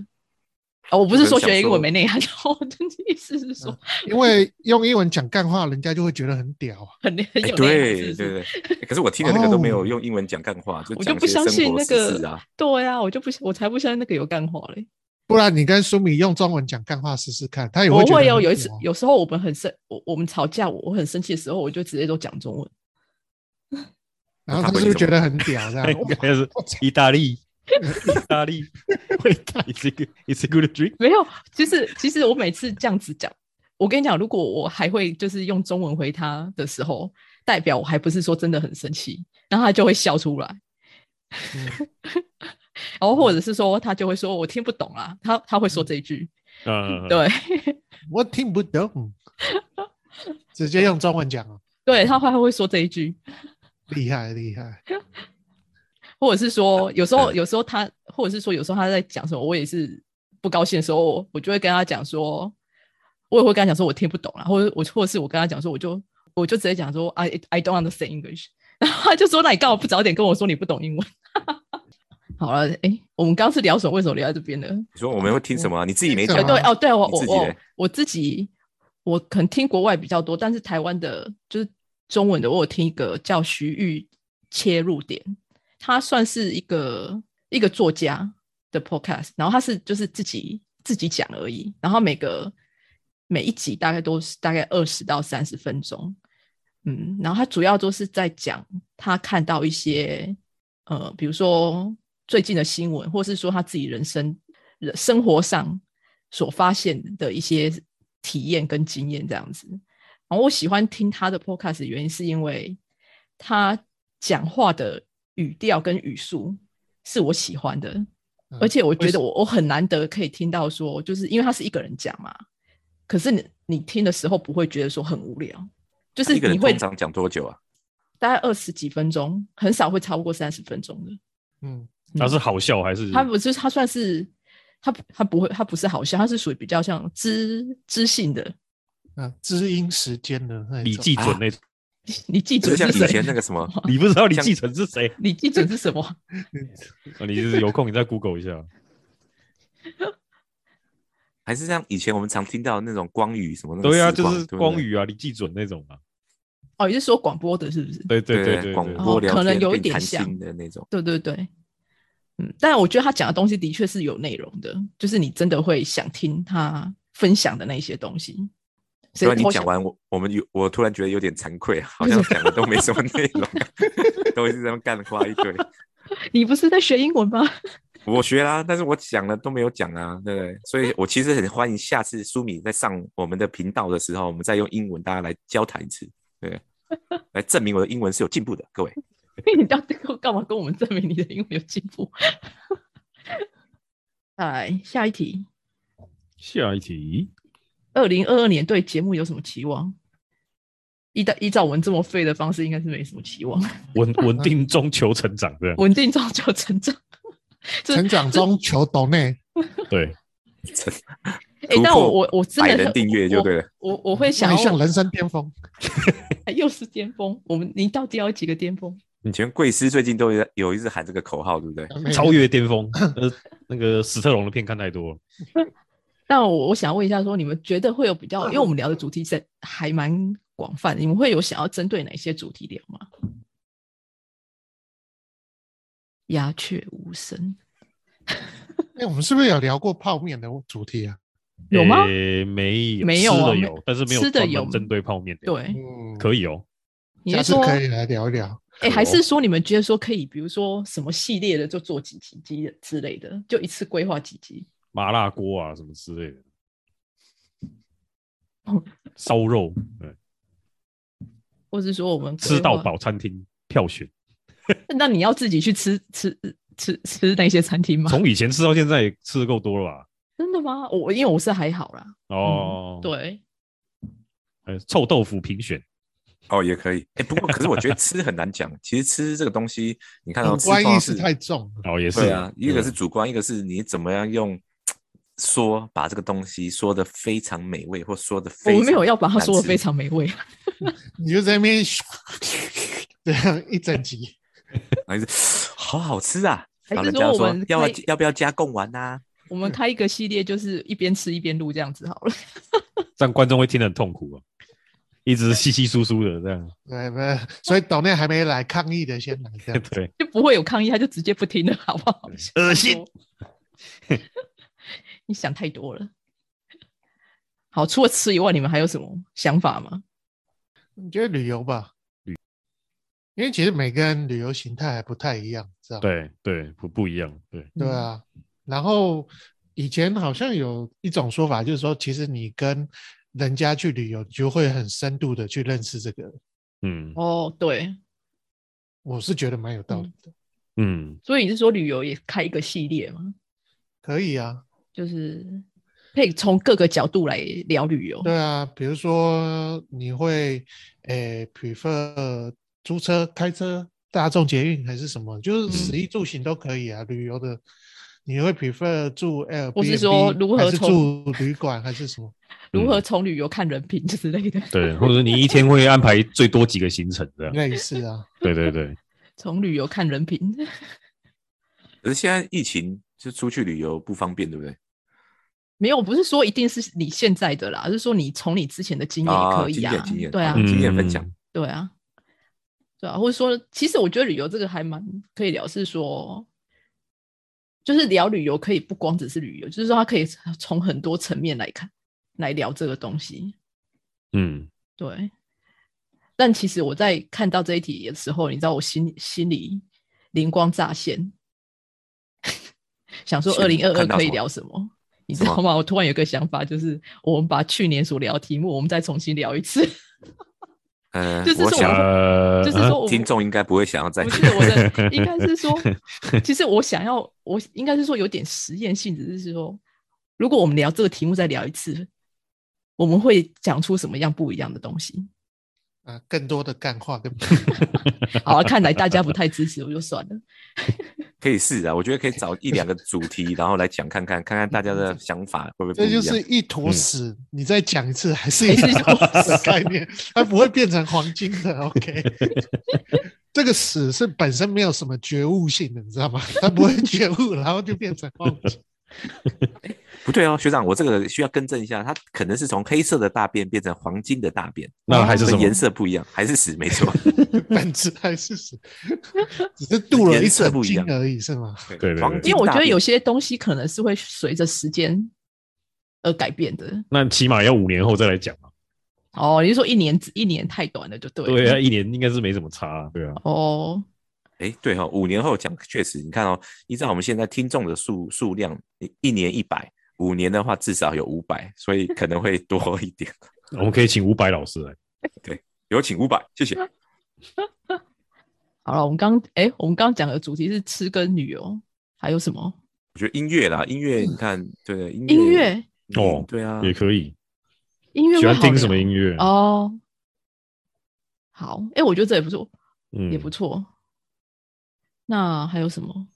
Speaker 1: 哦，我不是
Speaker 4: 就
Speaker 1: 说
Speaker 4: 是想
Speaker 1: 学英文
Speaker 4: 说嗯
Speaker 1: 没内涵， 我的意思是说
Speaker 3: 因为用英文讲干话，人家就会觉得很屌啊。
Speaker 1: 很很
Speaker 4: 哎、
Speaker 1: 有内涵，
Speaker 4: 对
Speaker 1: 是
Speaker 4: 对
Speaker 1: 不是？
Speaker 4: 对、哎可是我听的那个都没
Speaker 3: 哦
Speaker 4: 有用英文讲干话，就
Speaker 1: 我就
Speaker 4: 讲一
Speaker 1: 不
Speaker 4: 些
Speaker 1: 相信
Speaker 4: 生活
Speaker 1: 那
Speaker 4: 实
Speaker 1: 个
Speaker 4: 事啊。，
Speaker 1: 对啊，我就不，我才不相信那个有干话嘞。
Speaker 3: 不然你跟苏米用中文讲干话试试看，
Speaker 4: 哎
Speaker 3: 他也
Speaker 1: 我
Speaker 3: 觉得很
Speaker 1: 会
Speaker 3: 屌
Speaker 1: 有
Speaker 3: 啊
Speaker 1: 有一次，
Speaker 4: 哦
Speaker 1: 有时候我们很生，我我们吵架，我我很生气的时候，我就直接都讲中文。
Speaker 3: 然后他是不是觉得很屌这 样？
Speaker 2: 应该是意大利，意大利，It's a good, it's a good drink。
Speaker 1: 没有，就是其实我每次这样子讲，我跟你讲，如果我还会就是用中文回他的时候，代表我还不是说真的很生气，然后他就会笑出来。
Speaker 3: 嗯
Speaker 1: 然后或者是说他就会说我听不懂啦，他他会说这一句，
Speaker 2: 嗯，
Speaker 1: 对
Speaker 3: 我听不懂，直接用中文讲哦，
Speaker 1: 对，他会会说这一句，
Speaker 3: 厉害厉害。
Speaker 1: 或者是
Speaker 2: 嗯
Speaker 1: 说有时候有时候他或者是说有时候他在讲什么，我也是不高兴的时候，我就会跟他讲说，我也会跟他讲说我听不懂啦，啊或者我或者是我跟他讲说我就我就直接讲说 I I don't understand English，然后他就说那你干嘛不早点跟我说你不懂英文？ 好了，哎，我们刚刚是聊什么？为什么聊到这边呢？
Speaker 4: 你说我们会听什么啊？你自己没
Speaker 3: 对
Speaker 1: 哎，
Speaker 4: 讲啊，
Speaker 1: 对哦，对我我
Speaker 4: 你自己
Speaker 1: 我
Speaker 4: 嘞
Speaker 1: 我自己，我可能听国外比较多，但是台湾的就是中文的，我有听一个叫徐玉切入点，他算是一个一个作家的 podcast，然后他是就是自己自己讲而已，然后每个每一集大概都是大概二十到三十分钟，嗯，然后他主要都是在讲他看到一些呃，比如说最近的新闻，或是说他自己人生人生活上所发现的一些体验跟经验这样子。然后我喜欢听他的 podcast 的原因是因为他讲话的语调跟语速是我喜欢的，
Speaker 3: 嗯
Speaker 1: 而且我觉
Speaker 3: 为
Speaker 1: 得
Speaker 3: 什
Speaker 1: 我我很难得可以听到说，就是因为他是一个人讲嘛，可是你你听的时候不会觉得说很无聊，就是
Speaker 4: 一个人
Speaker 1: 你会
Speaker 4: 通常讲多久啊？
Speaker 1: 大概二十几分钟，很少会超过三十分钟的。
Speaker 3: 嗯，
Speaker 2: 他是好笑还是？
Speaker 1: 他不是他算是他不他不会他不是好笑，他是属于比较像知知性的，
Speaker 3: 啊，知音时间的那一
Speaker 2: 李
Speaker 3: 种
Speaker 2: 继
Speaker 1: 啊
Speaker 2: 准那种？
Speaker 1: 你记
Speaker 4: 就
Speaker 1: 准
Speaker 4: 像
Speaker 1: 是哦
Speaker 4: 以前那
Speaker 1: 谁？
Speaker 4: 个什么，
Speaker 2: 你不知道李
Speaker 4: 像
Speaker 2: 继承是谁？
Speaker 1: 你记准是什么？
Speaker 2: 啊你就是有空你再 Google 一 下。
Speaker 4: 还是像以前我们常听到那种光宇什么那种
Speaker 2: 对啊，
Speaker 4: 时
Speaker 2: 就是
Speaker 4: 对不对
Speaker 2: 光宇啊，李继准那种啊。
Speaker 1: 哦，你是说广播的，是不是？
Speaker 2: 对对
Speaker 4: 对
Speaker 2: 对对，
Speaker 4: 广
Speaker 2: 对
Speaker 4: 播
Speaker 1: 哦
Speaker 4: 聊
Speaker 1: 可能
Speaker 4: 天
Speaker 1: 有一
Speaker 4: 并
Speaker 1: 点
Speaker 4: 谈
Speaker 1: 像
Speaker 4: 心的那种。
Speaker 1: 对对对，嗯，但我觉得他讲的东西的确是有内容的，就是你真的会想听他分享的那一些东西。
Speaker 4: 虽
Speaker 1: 所以
Speaker 4: 然啊你
Speaker 1: 我
Speaker 4: 讲
Speaker 1: 想，
Speaker 4: 完，我我们有我突然觉得有点惭愧，好像讲的都没什么内 容，都一直在那干花一堆。
Speaker 1: 你不是在学英文吗？
Speaker 4: 我学啦，但是我讲了都没有讲啊，对不对？所以我其实很欢迎下次苏米在上我们的频道的时候，我们再用英文大家来交谈一次，对，来证明我的英文是有进步的，各位。
Speaker 1: 你到底跟我干嘛跟我们证明你的英文有进步？ 来，下一题。
Speaker 2: 下一题，
Speaker 1: 二零二二年对节目有什么期望？依照依照我们这么废的方式，应该是没什么期 望，
Speaker 2: 稳稳定中求成长这样。
Speaker 1: 稳定造就成长。这
Speaker 3: 成长中求懂内，
Speaker 2: 对，
Speaker 1: 哎、
Speaker 4: 突
Speaker 1: 但
Speaker 4: 破
Speaker 1: 我我我真
Speaker 4: 百
Speaker 1: 的
Speaker 4: 人
Speaker 1: 是
Speaker 4: 订阅就对了。
Speaker 1: 我我我会想
Speaker 3: 迈向
Speaker 1: 要哎
Speaker 3: 人生巅峰。
Speaker 1: 又是巅峰。我们你到底要几个巅峰？
Speaker 4: 以前贵司最近都有有一直喊这个口号，对不对？
Speaker 2: 超越巅峰。 呃，那个史特龙的片看太多了。
Speaker 1: 那我我想问一下说你们觉得会有比较，因为我们聊的主题在还蛮广泛的，你们会有想要针对哪些主题聊吗？鸦雀无声，
Speaker 3: 哎，我们是不是有聊过泡面的主题啊？
Speaker 1: 有吗
Speaker 2: 诶没有，
Speaker 1: 没有
Speaker 2: 吃
Speaker 1: 啊
Speaker 2: 的
Speaker 1: 没
Speaker 2: 有，但是没有
Speaker 1: 吃的
Speaker 2: 专门
Speaker 1: 有
Speaker 2: 针对泡面的。，
Speaker 1: 对，
Speaker 3: 嗯，
Speaker 2: 可以哦。
Speaker 1: 你
Speaker 3: 下
Speaker 1: 是
Speaker 3: 次
Speaker 1: 说
Speaker 3: 可以来聊一聊。
Speaker 1: 哎、
Speaker 2: 可
Speaker 1: 还
Speaker 2: 哦
Speaker 1: 是说你们觉得说可以，比如说什么系列的就做几集集之类的，就一次规划几集。
Speaker 2: 麻辣锅啊什么之类
Speaker 1: 哦
Speaker 2: 的，烧肉，对，
Speaker 1: 或是说我们规
Speaker 2: 吃到
Speaker 1: 划，
Speaker 2: 饱餐厅票选，
Speaker 1: 那你要自己去吃吃吃吃那些餐厅吗？
Speaker 2: 从以前吃到现在也吃的够多了吧？
Speaker 1: 真的吗？我因为我是还好啦，
Speaker 2: 哦，，
Speaker 1: 嗯对，
Speaker 2: 还有臭豆腐评选，
Speaker 4: 哦，也可以。哎、不过可是我觉得吃很难讲。其实吃这个东西，你看到、哦
Speaker 3: 主
Speaker 4: 吃
Speaker 3: 观
Speaker 4: 通
Speaker 3: 意
Speaker 4: 常
Speaker 3: 识
Speaker 4: 是
Speaker 3: 太重了，
Speaker 2: 哦，也是
Speaker 4: 对啊，一个
Speaker 2: 对
Speaker 4: 是主观，一个是你怎么样用说把这个东西说的非常美味，或说的
Speaker 1: 我
Speaker 2: 哦
Speaker 4: 非常
Speaker 1: 们没有要把它说的非
Speaker 4: 难吃
Speaker 1: 常美味。
Speaker 3: 你就在那边 这样一整集。
Speaker 4: 然后就是好好吃啊。
Speaker 1: 还
Speaker 4: 然后
Speaker 1: 是
Speaker 4: 人家
Speaker 1: 说我
Speaker 4: 说
Speaker 1: 们
Speaker 4: 要不
Speaker 1: 可
Speaker 4: 要
Speaker 1: 以
Speaker 4: 要不要加贡丸啊呐、
Speaker 1: 我们开一个系列，就是一边吃一边录这样子好了。
Speaker 2: 这样观众会听得很痛苦啊，一直稀稀疏疏的这样，。
Speaker 3: 对，不是，所以岛内还没来抗议的先来这样
Speaker 2: 对，
Speaker 1: 就不会有抗议，他就直接不听了，好不好？
Speaker 2: 恶心！
Speaker 1: 你想太多了。好，除了吃以外，你们还有什么想法吗？
Speaker 3: 你觉得旅游吧，旅，因为其实每个人旅游形态还不太一样，知道吧
Speaker 2: 对对，不不一样，对，
Speaker 3: 对
Speaker 1: 嗯
Speaker 3: 啊，然后以前好像有一种说法，就是说，其实你跟人家去旅游，你就会很深度的去认识这个人。
Speaker 2: 嗯
Speaker 1: 哦，对，
Speaker 3: 我是觉得蛮有道理的，
Speaker 2: 嗯，
Speaker 1: 所以你是说旅游也开一个系列吗？
Speaker 3: 可以啊，
Speaker 1: 就是可以从各个角度来聊旅游。
Speaker 3: 对啊，比如说你会诶、prefer 租车、开车、大众捷运还是什么，
Speaker 1: 嗯
Speaker 3: 就是食衣住行都可以啊。旅游的你会 prefer 住 L，
Speaker 1: 我是说如何
Speaker 3: 还是
Speaker 1: 从
Speaker 3: 住旅馆还是什么？
Speaker 1: 如
Speaker 4: 嗯
Speaker 1: 何从旅游看人品之类的，
Speaker 2: 对，或者说你一天会安排最多几 个行程这样，
Speaker 3: 类似啊，
Speaker 2: 对对对，
Speaker 1: 从旅游看人品。
Speaker 4: 可可是现在疫情就出去旅游不方便，对不对？
Speaker 1: 没有，不是说一定是你现在的啦，而是说你从你之前的经验也可以
Speaker 4: 啊，经验经验，
Speaker 1: 对啊，
Speaker 2: 嗯
Speaker 4: 经验分享。
Speaker 1: 对啊，对啊，或者说，其实我觉得旅游这个还蛮可以聊，是说，就是聊旅游可以不光只是旅游，就是说它可以从很多层面来看来聊这个东西。
Speaker 2: 嗯，
Speaker 1: 对，但其实我在看到这一题的时候，你知道我心心里灵光乍现，想说
Speaker 4: 是
Speaker 1: 二零二二
Speaker 4: 看到
Speaker 1: 可以
Speaker 4: 什么
Speaker 1: 聊什么，你知
Speaker 4: 什么
Speaker 1: 道吗？我突然有个想法，就是我们把去年所聊的题目，我们再重新聊一次。
Speaker 4: 嗯，
Speaker 1: 就是
Speaker 4: 我
Speaker 1: 说
Speaker 4: 想
Speaker 2: 呃，
Speaker 1: 就是说我们
Speaker 4: 听众应该不会想要再
Speaker 1: 不是我 的，应该是说，其实我想要，我应该是说有点实验性质，就是说，如果我们聊这个题目再聊一次，我们会讲出什么样不一样的东西？
Speaker 3: 啊，更多的干话，对不对？
Speaker 1: 好、啊，看来大家不太支持，我就算了。
Speaker 4: 可以试啊，我觉得可以 找一两个主题，然后来讲看看，看看大家的想法会不会不
Speaker 3: 这
Speaker 4: 一
Speaker 3: 就
Speaker 4: 样。
Speaker 3: 是一坨屎，你再讲一次还是
Speaker 1: 嗯还
Speaker 3: 一
Speaker 1: 是
Speaker 3: 坨
Speaker 1: 一坨
Speaker 3: 屎的概念，它不会变成黄金的。OK，这个屎是本身没有什么觉悟性的，你知道吗？它不会觉悟，然后就变成黄金。
Speaker 4: 不对哦，学长，我这个需要更正一下，它可能是从黑色的大便变成黄金的大便，
Speaker 2: 那还是什
Speaker 4: 跟
Speaker 2: 么？
Speaker 4: 颜色不一样，还是屎没 错。
Speaker 3: 本质还是屎， 只是镀了一
Speaker 4: 颜色
Speaker 3: 层
Speaker 4: 不一
Speaker 3: 金
Speaker 4: 样
Speaker 3: 而已，是吗？
Speaker 4: 对
Speaker 2: 对对
Speaker 4: 黄
Speaker 1: 因
Speaker 4: 金
Speaker 1: 为我
Speaker 4: 大
Speaker 1: 觉得
Speaker 4: 便
Speaker 1: 有些东西可能是会随着时间而改变的。
Speaker 2: 那起码要五年后再来讲嘛。
Speaker 1: 哦，你是说一年一年太短了就对了。
Speaker 2: 对啊，一年应该是没怎么差啊，对啊。
Speaker 1: 哦，
Speaker 4: 哎，对哈、哦，五年后讲确实，你看哦，依照我们现在听众的数数量，一一年一百，五年的话至少有五百，所以可能会多一点。
Speaker 2: 我们可以请伍佰老师来。
Speaker 4: 有请五百，谢谢。
Speaker 1: 好了，我们刚哎，我们刚讲的主题是吃跟旅游，还有什么
Speaker 4: 我觉得音乐啦，音乐你看，对音乐
Speaker 1: 音乐？
Speaker 4: 嗯
Speaker 2: 哦
Speaker 4: 对啊，
Speaker 2: 也可以，
Speaker 1: 音乐
Speaker 2: 喜
Speaker 1: 会
Speaker 2: 欢
Speaker 1: 好
Speaker 2: 听
Speaker 1: 聊
Speaker 2: 什么音乐？
Speaker 1: 哦，好，哎、我觉得这也不错，
Speaker 2: 嗯，
Speaker 1: 也不错。那还有什么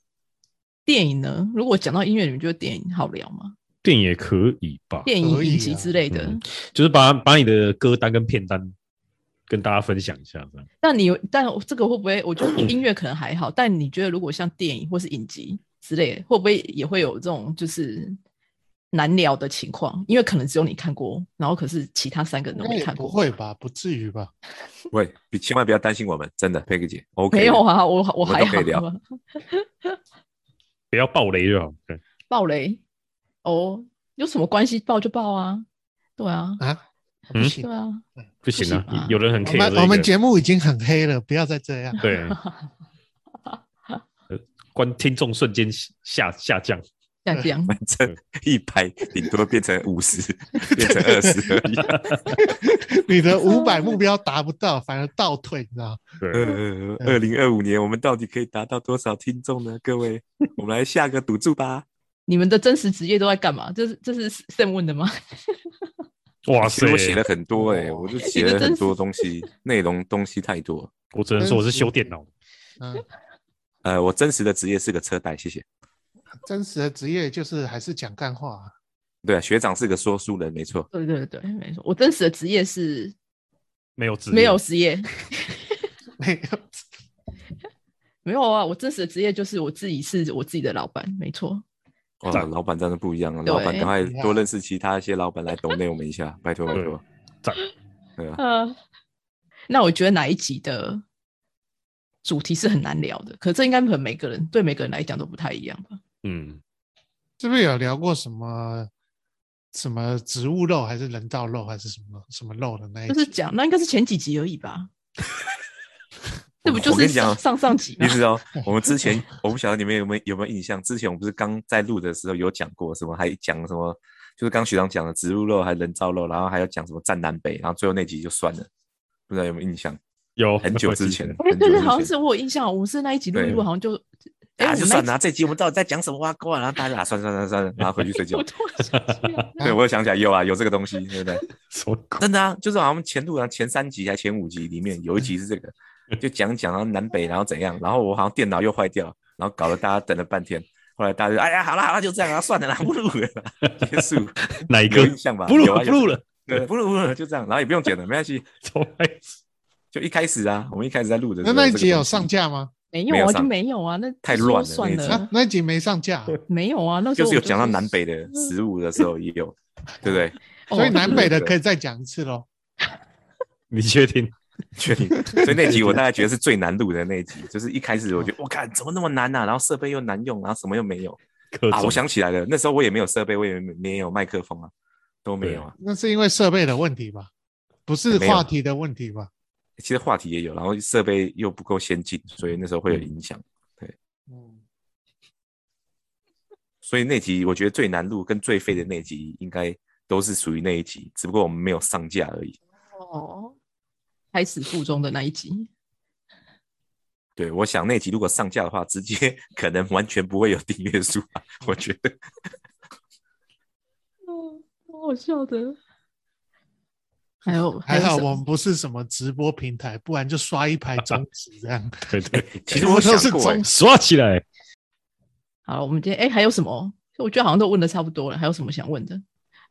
Speaker 1: 电影呢？如果讲到音乐，你们觉得电影好聊吗？
Speaker 2: 电影也可以吧，
Speaker 1: 电影
Speaker 3: 可
Speaker 1: 影
Speaker 3: 以
Speaker 1: 集
Speaker 3: 啊
Speaker 1: 之类的。
Speaker 2: 嗯就是把把你的歌单跟片单跟大家分享一下，这样。
Speaker 1: 但你有，但这个会不会？我觉得音乐可能还好，但你觉得如果像电影或是影集之类的，会不会也会有这种就是难聊的情况？因为可能只有你看过，然后可是其他三个人
Speaker 3: 应
Speaker 1: 都
Speaker 3: 该
Speaker 1: 没
Speaker 3: 也
Speaker 1: 看
Speaker 3: 哎不
Speaker 1: 过。
Speaker 3: 会吧？不至于吧？
Speaker 4: 喂，别千万不要担心我们，真的，佩克姐，OK，
Speaker 1: 没有啊，我我
Speaker 4: 我们
Speaker 1: 还
Speaker 4: 都
Speaker 1: 好
Speaker 4: 可以聊
Speaker 1: 啊
Speaker 2: 不要暴雷就好。对，
Speaker 1: 爆雷哦，有什么关系爆就爆啊，对啊，
Speaker 3: 啊，不
Speaker 2: 嗯
Speaker 3: 行
Speaker 1: 对，啊，
Speaker 2: 不行
Speaker 1: 不行吧
Speaker 2: 啊，有人很
Speaker 3: 我
Speaker 2: care 这
Speaker 3: 们
Speaker 2: 个
Speaker 3: 我们节目已经很黑了，不要再这 样。
Speaker 2: 对，呃观听众瞬间下下降，
Speaker 1: 像这样
Speaker 4: 反
Speaker 2: 嗯
Speaker 4: 正一百顶多变成 五十，变成二十而已。
Speaker 3: 你的五百目标达不到，反而倒退，你知道吗？
Speaker 2: 对，
Speaker 4: 呃，二零二五年我们到底可以达到多少听众呢？各位，我们来下个赌注吧。
Speaker 1: 你们的真实职业都在干嘛？这是这是 Sam 问的吗？
Speaker 2: 哇
Speaker 4: 其
Speaker 2: 塞
Speaker 4: 实，我写了很多哎、我就写
Speaker 1: 你
Speaker 4: 了
Speaker 1: 的真
Speaker 4: 很多东西，内容东西太多。
Speaker 2: 我只能说我是修电脑的，
Speaker 3: 嗯，
Speaker 4: 呃，我真实的职业是个车贷，谢谢。
Speaker 3: 真实的职业就是还是讲干话啊、
Speaker 4: 对、啊，学长是个说书人，没错。
Speaker 1: 对对对，没错，我真实的职业是
Speaker 2: 没有职业
Speaker 1: 没有职业，
Speaker 3: 没有，
Speaker 1: 没有啊，我真实的职业就是我自己是我自己的老板，没错，
Speaker 4: 哇，
Speaker 2: 赞
Speaker 4: 老板真的不一样啊！老板，
Speaker 1: 对
Speaker 4: 赶快
Speaker 3: 厉害
Speaker 4: 多认识其他一些老板来懂内我们一下，拜托拜
Speaker 2: 对
Speaker 4: 托。
Speaker 2: 赞
Speaker 4: 对啊，
Speaker 1: 呃，那我觉得哪一集的主题是很难聊的，可这应该很每个人对每个人来讲都不太一样吧？
Speaker 2: 嗯，
Speaker 3: 是不是有聊过什么什么植物肉还是人造肉还是什么什么肉的那一
Speaker 1: 就是
Speaker 3: 集？
Speaker 1: 讲那应该是前几集而已 吧？这不就
Speaker 4: 我跟
Speaker 1: 是
Speaker 4: 你讲哦
Speaker 1: 上上上集
Speaker 4: 你
Speaker 1: 吗？
Speaker 4: 知道 我们之前，我不晓得你们有没有有没有印象？之前我们不是刚在录的时候有讲过什么，还讲什么，就是刚学长讲的植物肉，还人造肉，然后还要讲什么占南北，然后最后那集就算了，不知道有没有印象？
Speaker 2: 有
Speaker 4: 很久之前，
Speaker 1: 哎，
Speaker 4: 很久
Speaker 1: 对
Speaker 4: 之
Speaker 1: 对，
Speaker 4: 前
Speaker 1: 好像是我有印象，我们是那一集录一录，
Speaker 4: 对
Speaker 1: 好像就，哎、
Speaker 4: 啊，
Speaker 1: 我
Speaker 4: 就
Speaker 1: 们
Speaker 4: 算了
Speaker 1: 那
Speaker 4: 啊，
Speaker 1: 一集
Speaker 4: 这集我们到底在讲什么啊？过了，然后大家啊，算了算了算了，然后回去睡 觉
Speaker 1: 我。突然想起 来，
Speaker 4: 对，我又想起来有啊，有这个东西，对不对？
Speaker 2: 什么鬼？
Speaker 4: 真的啊，就是好像前录啊，前三集还前五集里面有 一集是这个，就讲讲到南北，然后怎样，然后我好像电脑又坏掉，然后搞得大家等了半天，后来大家就哎呀，好啦好啦，就这样啊，算了 啦，不录了啦，结束，
Speaker 2: 哪一
Speaker 4: 有
Speaker 2: 个
Speaker 4: 印象吧？
Speaker 2: 不录
Speaker 4: 有啊
Speaker 2: 了不录，
Speaker 4: 有
Speaker 2: 了？
Speaker 4: 对，不录不录了，就这样，然后也不用剪了，没关系。
Speaker 2: 从来
Speaker 4: 就一开始啊，我们一开始在录的时
Speaker 3: 那
Speaker 4: 候，
Speaker 3: 那一
Speaker 4: 这个
Speaker 3: 集有
Speaker 4: 东西嗯
Speaker 3: 上架吗？
Speaker 1: 没
Speaker 4: 没
Speaker 1: 有
Speaker 4: 有
Speaker 1: 啊，
Speaker 4: 上
Speaker 1: 就没有啊，那
Speaker 4: 太
Speaker 1: 就说
Speaker 4: 乱了
Speaker 1: 算
Speaker 4: 那一集
Speaker 3: 啊
Speaker 1: 了，，
Speaker 3: 那一集没上架，
Speaker 1: 没有啊，那时
Speaker 4: 就
Speaker 1: 候
Speaker 4: 是
Speaker 1: 我
Speaker 4: 有讲到
Speaker 1: 说
Speaker 4: 南北的食物的时候也 有，对不对？
Speaker 1: 哦
Speaker 3: 所以南北的
Speaker 4: 对
Speaker 3: 可以再讲一次喽。
Speaker 2: 你确定？
Speaker 4: 确定。所以那集我大概觉得是最难录的那一集，就是一开始 我觉得我看怎么那么难啊呐、然后设备又难用，然后什么又没有
Speaker 2: 各
Speaker 4: 啊！
Speaker 2: 种
Speaker 4: 我想起来了，那时候我也没有设备，我也没没有麦克风啊，都没有啊。
Speaker 3: 那是因为设备的问题吧？不是
Speaker 4: 没有
Speaker 3: 话题的问题吧？
Speaker 4: 其实话题也有，然后设备又不够先进，所以那时候会有影响。
Speaker 3: 嗯，
Speaker 4: 所以那集我觉得最难录跟最废的那集，应该都是属于那一集，只不过我们没有上架而已。
Speaker 1: 哦，开始附中的那一集，
Speaker 4: 对，我想那集如果上架的话，直接 可能完全不会有订阅数吧，我觉得。
Speaker 1: 嗯，好好笑的。还有
Speaker 3: 还
Speaker 1: 有
Speaker 3: 好
Speaker 1: 什
Speaker 3: 我们不是什么直播平台，不然就刷一排中指这样。
Speaker 2: 对对，
Speaker 4: 其实我
Speaker 3: 都
Speaker 4: 想
Speaker 3: 是
Speaker 4: 过、欸
Speaker 3: 中，
Speaker 2: 刷起来，
Speaker 1: 好了，我们今天哎、还有什么？我觉得好像都问的差不多了，还有什么想问的？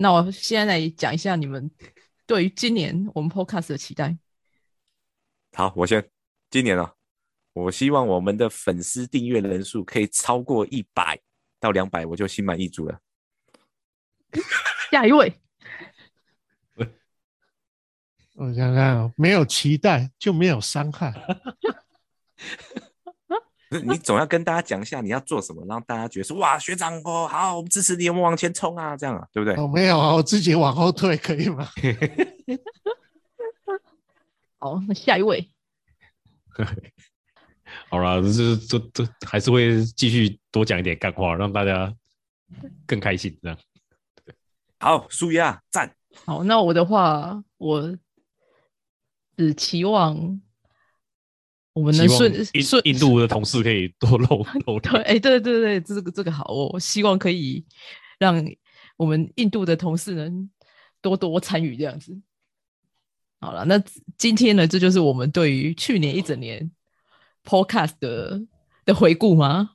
Speaker 1: 那我现在来讲一下你们对于今年我们 Podcast 的期待。
Speaker 4: 好，我先今年啊，我希望我们的粉丝订阅人数可以超过一百到两百，我就心满意足了。
Speaker 1: 下一位，
Speaker 3: 我想看哦，没有期待就没有伤害。
Speaker 4: 不是你总要跟大家讲一下你要做什么，让大家觉得说哇，学长哦，好，我们支持你，我们往前冲啊，这样啊，对不对？
Speaker 3: 哦，没有啊，我自己往后退可以吗？
Speaker 1: 好，那下一位，
Speaker 2: 好啦，这这这还是会继续多讲一点干话，让大家更开心这样。
Speaker 4: 好，舒亚赞，
Speaker 1: 好，那我的话，我只期望我们能
Speaker 2: 希望
Speaker 1: 顺
Speaker 2: 印
Speaker 1: 顺
Speaker 2: 印度的同事可以多露露
Speaker 1: 对，
Speaker 2: 脸，
Speaker 1: 哎，对对对，这个这个好哦，我希望可以让我们印度的同事能多多参与这样子。好了，那今天呢，这就是我们对于去年一整年 Podcast 的的回顾吗？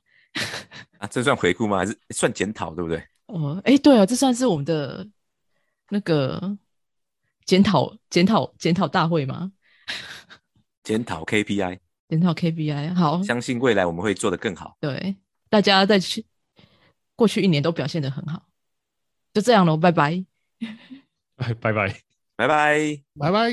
Speaker 4: 啊，这算回顾吗？还是算检讨，对不对？
Speaker 1: 哦，哎，对啊，这算是我们的那个检讨检讨检讨大会吗？
Speaker 4: 检讨 KPI，
Speaker 1: 检讨 KPI，好，啊
Speaker 4: 相信未来我们会做得更好。
Speaker 1: 对，大家在去过去一年都表现得很好，就这样喽，拜拜。
Speaker 2: 哎拜拜。
Speaker 4: 拜拜。
Speaker 3: 拜拜。